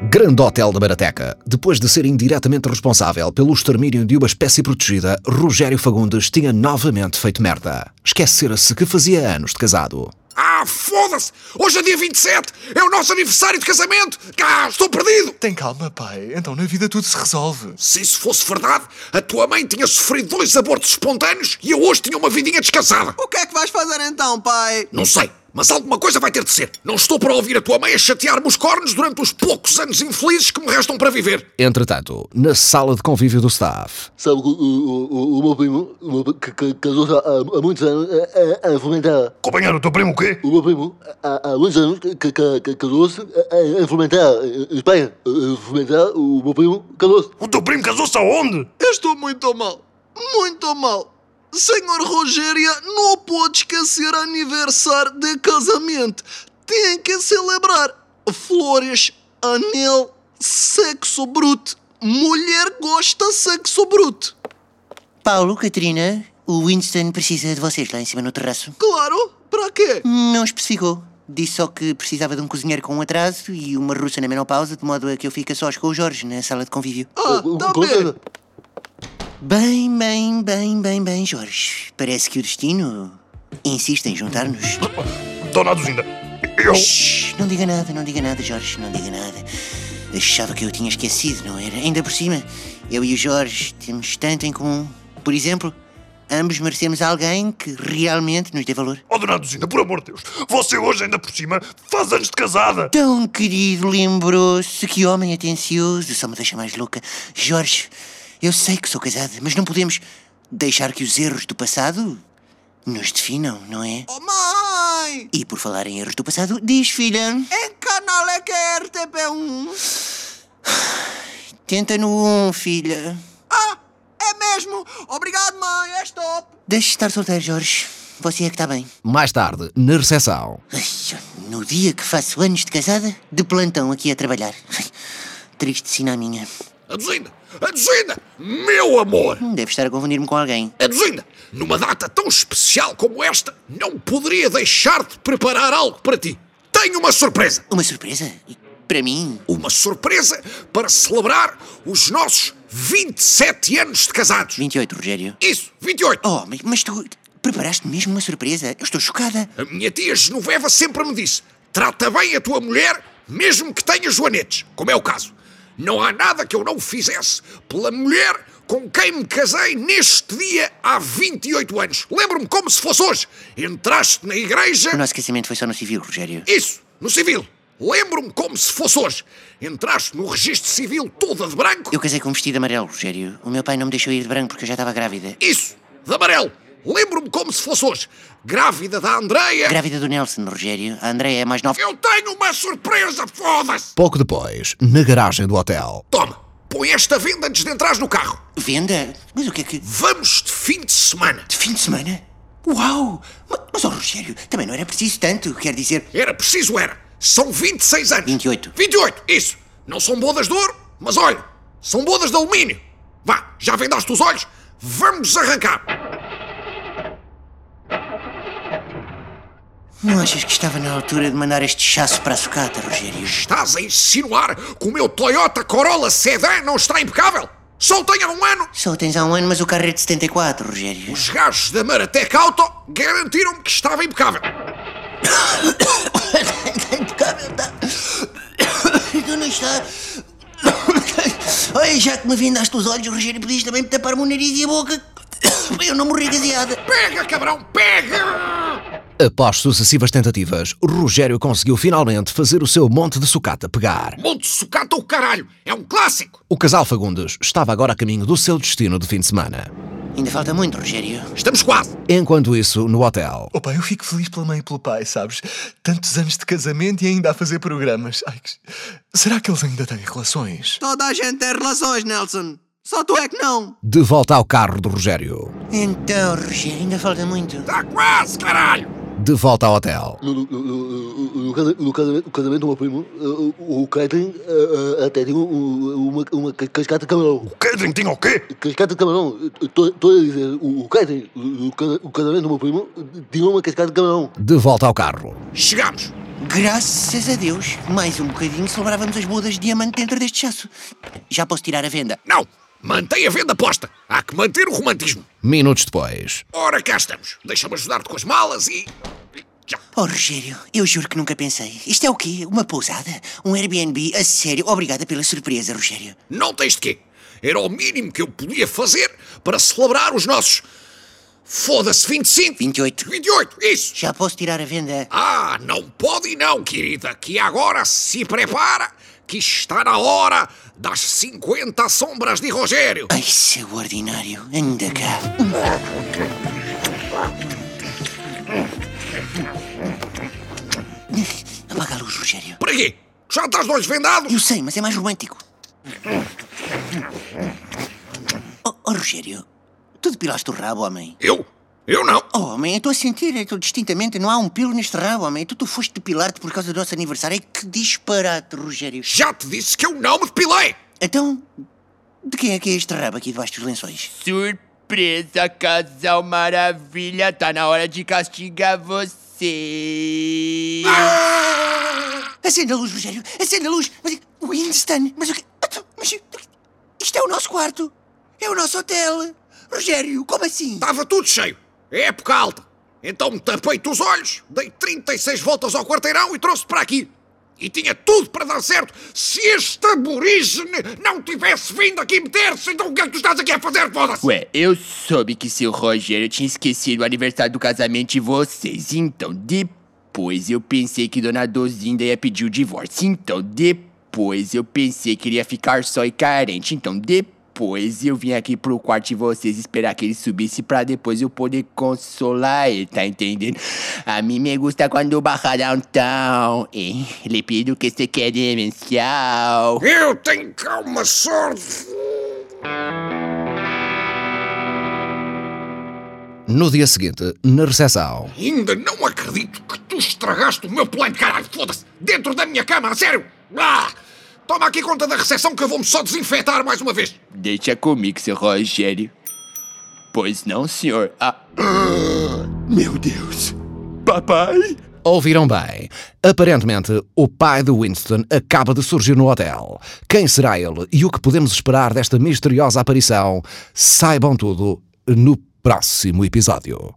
Grande Hotel da Barateca. Depois de ser indiretamente responsável pelo extermínio de uma espécie protegida, Rogério Fagundes tinha novamente feito merda. Esquecera-se que fazia anos de casado. Ah, foda-se! Hoje é dia 27! É o nosso aniversário de casamento! Ah, estou perdido! Tem calma, pai. Então na vida tudo se resolve. Se isso fosse verdade, a tua mãe tinha sofrido dois abortos espontâneos e eu hoje tinha uma vidinha descansada. O que é que vais fazer então, pai? Não sei, mas alguma coisa vai ter de ser. Não estou para ouvir a tua mãe a chatear-me os cornos durante os poucos anos infelizes que me restam para viver. Entretanto, na sala de convívio do staff, Sabe que o, o, o, o meu primo, o meu, pri- que, que casou-se há, há muitos anos, é, a, a, a Formentera. Companheiro, o teu primo o quê? O meu primo, há, há muitos anos, que, que, que, que casou-se em Formentera, em Espanha. Em Formentera, o meu primo casou-se. O teu primo casou-se aonde? Eu estou muito mal. Muito mal. Senhor Rogério, não pode esquecer aniversário de casamento. Tem que celebrar flores, anel, sexo bruto. Mulher gosta sexo bruto. Paulo, Catarina, o Winston precisa de vocês lá em cima no terraço. Claro, para quê? Não especificou. Disse só que precisava de um cozinheiro com um atraso e uma russa na menopausa, de modo a que eu fique a sós com o Jorge na sala de convívio. Ah, tá bem. Bem, bem, bem, bem, bem, Jorge. Parece que o destino insiste em juntar-nos. Donados ainda. Eu. Shhh, não diga nada, não diga nada, Jorge, não diga nada. Achava que eu tinha esquecido, não era? Ainda por cima, eu e o Jorge temos tanto em comum. Por exemplo, ambos merecemos alguém que realmente nos dê valor. Oh, Donados ainda, por amor de Deus. Você hoje, ainda por cima, faz anos de casada. Tão querido, lembrou-se que homem atencioso, só me deixa mais louca. Jorge, eu sei que sou casada, mas não podemos deixar que os erros do passado nos definam, não é? Oh, mãe! E por falar em erros do passado, diz filha, Em canal é que é RTP1? tenta no um, filha. Ah, é mesmo! Obrigado, mãe, é top! Deixe estar solteiro, Jorge. Você é que está bem. mais tarde, na recepção, Ai, No dia que faço anos de casada, de plantão aqui a trabalhar. Ai, Triste sina minha. Aduzinda, Aduzinda, meu amor. Hum, Deve estar a confundir-me com alguém. Aduzinda, numa data tão especial como esta, não poderia deixar de preparar algo para ti. Tenho uma surpresa. Uma surpresa? Para mim? Uma surpresa para celebrar os nossos 27 anos de casados. 28, Rogério. Isso, 28. Oh, mas, mas tu preparaste mesmo uma surpresa? Eu estou chocada. A minha tia Genoveva sempre me disse: trata bem a tua mulher, mesmo que tenha joanetes, como é o caso. Não há nada que eu não fizesse pela mulher com quem me casei neste dia há 28 anos. Lembro-me como se fosse hoje. Entraste na igreja. O nosso casamento foi só no civil, Rogério. Isso, no civil. Lembro-me como se fosse hoje. Entraste no registro civil toda de branco. Eu casei com um vestido amarelo, Rogério. O meu pai não me deixou ir de branco porque eu já estava grávida. Isso, de amarelo. Lembro-me como se fosse hoje. Grávida da Andreia. Grávida do Nelson, Rogério. A Andréia é mais nova. Eu tenho uma surpresa, foda-se. pouco depois, na garagem do hotel. Toma, põe esta venda antes de entrares no carro. Venda? Mas o que é que. De Vamos de fim de semana. fim de semana? Uau! Mas, mas oh, Rogério, também não era preciso tanto. Quer dizer, Era preciso, era. São 26 anos. Hum. 28. 28, isso. Não são bodas de ouro, mas olha, são bodas de alumínio. Vá, já vendaste os olhos? Vamos arrancar. Não achas que estava na altura de mandar este chasso para a sucata, Rogério? Estás a insinuar que o meu Toyota Corolla Sedan não está impecável? Só o tenho há um ano. Só tens há um ano, mas o carro é de 74, Rogério. Os gajos da Maratec Auto garantiram-me que estava impecável. Tu não está. Olha, já que me vendaste os olhos, Rogério, podias também me tapar-me o nariz e a boca. Para eu não morrer gaseada. Pega, cabrão, pega! Após sucessivas tentativas, Rogério conseguiu finalmente fazer o seu monte de sucata pegar. Monte de sucata o caralho, é um clássico. O casal Fagundes estava agora a caminho do seu destino de fim de semana. Ainda falta muito, Rogério. Estamos quase. Enquanto isso, no hotel, Oh, pai, eu fico feliz pela mãe e pelo pai, sabes? Tantos anos de casamento e ainda a fazer programas. Ai, que- Será que eles ainda têm relações? Toda a gente tem relações, Nelson. Só tu é que não. de volta ao carro do Rogério, Então, Rogério, ainda falta muito. Está Tá quase, caralho. de volta ao hotel, No, no, no, no, no, casa- no casamento, no casamento do meu primo, eh, o, o catering eh, eh, até tinha um- uma, uma ca- cascata de camarão. Catering tinha o quê? Cascata de camarão, estou a dizer, o, o catering, o, o casa- o casamento do meu primo, tinha uma cascata de camarão. de volta ao carro. Chegamos. Graças a Deus, mais um bocadinho celebrávamos as bodas de diamante dentro deste chasso. Já posso tirar a venda. Não! Mantém a venda posta! Há que manter o romantismo! Minutos depois, Ora, cá estamos! Deixa-me ajudar-te com as malas e. Já! Oh, Rogério, eu juro que nunca pensei. Isto é o quê? Uma pousada? Um Airbnb? A sério? Obrigada pela surpresa, Rogério. Não tens de quê? Era o mínimo que eu podia fazer para celebrar os nossos. Foda-se, 25! 28. 28, isso! Já posso tirar a venda. Ah, não pode não, querida, que agora se prepara, que está na hora das 50 sombras de Rogério! Ai, seu ordinário, anda cá. Apaga a luz, Rogério. Para quê? Já estás de olhos vendados? Eu sei, mas é mais romântico. Oh, oh Rogério, tu depilaste o rabo, homem? Eu? Eu não! Oh, homem, eu estou a sentir, eu estou distintamente, não há um pelo neste rabo, homem. Tu, tu foste depilar-te por causa do nosso aniversário. Ai, Que disparate, Rogério. Já te disse que eu não me depilei! Então, de quem é que é este rabo aqui debaixo dos lençóis? Surpresa, casal maravilha, tá na hora de castigar você. Acenda Ah! a luz, Rogério, acenda a luz. Mas, Winston, mas o quê? Ah, Mas, isto é o nosso quarto, é o nosso hotel. Rogério, como assim? Estava tudo cheio. É época alta. Então me tapei-te os olhos, dei 36 voltas ao quarteirão e trouxe para aqui. E tinha tudo para dar certo se este aborígene não tivesse vindo aqui meter-se. Então o que é que tu estás aqui a fazer, foda-se? Ué, eu soube que seu Rogério tinha esquecido o aniversário do casamento de vocês, então depois eu pensei que Dona Dozinda ia pedir o divórcio, então depois eu pensei que ele ia ficar só e carente, então depois eu vim aqui pro quarto de vocês esperar que ele subisse pra depois eu poder consolar ele, tá entendendo? A mim me gusta quando baja downtown, hein? Le pido que se quede demencial. Eu tenho cá uma sorte. no dia seguinte, na recepção, Ainda não acredito que tu estragaste o meu plano, caralho, foda-se! Dentro da minha cama, a sério! Ah! Toma aqui conta da recepção que eu vou-me só desinfetar mais uma vez! Deixa comigo, seu Rogério. Pois não, senhor. Ah. Ah, Meu Deus. Papai? ouviram bem. Aparentemente, o pai de Winston acaba de surgir no hotel. Quem será ele e o que podemos esperar desta misteriosa aparição? Saibam tudo no próximo episódio.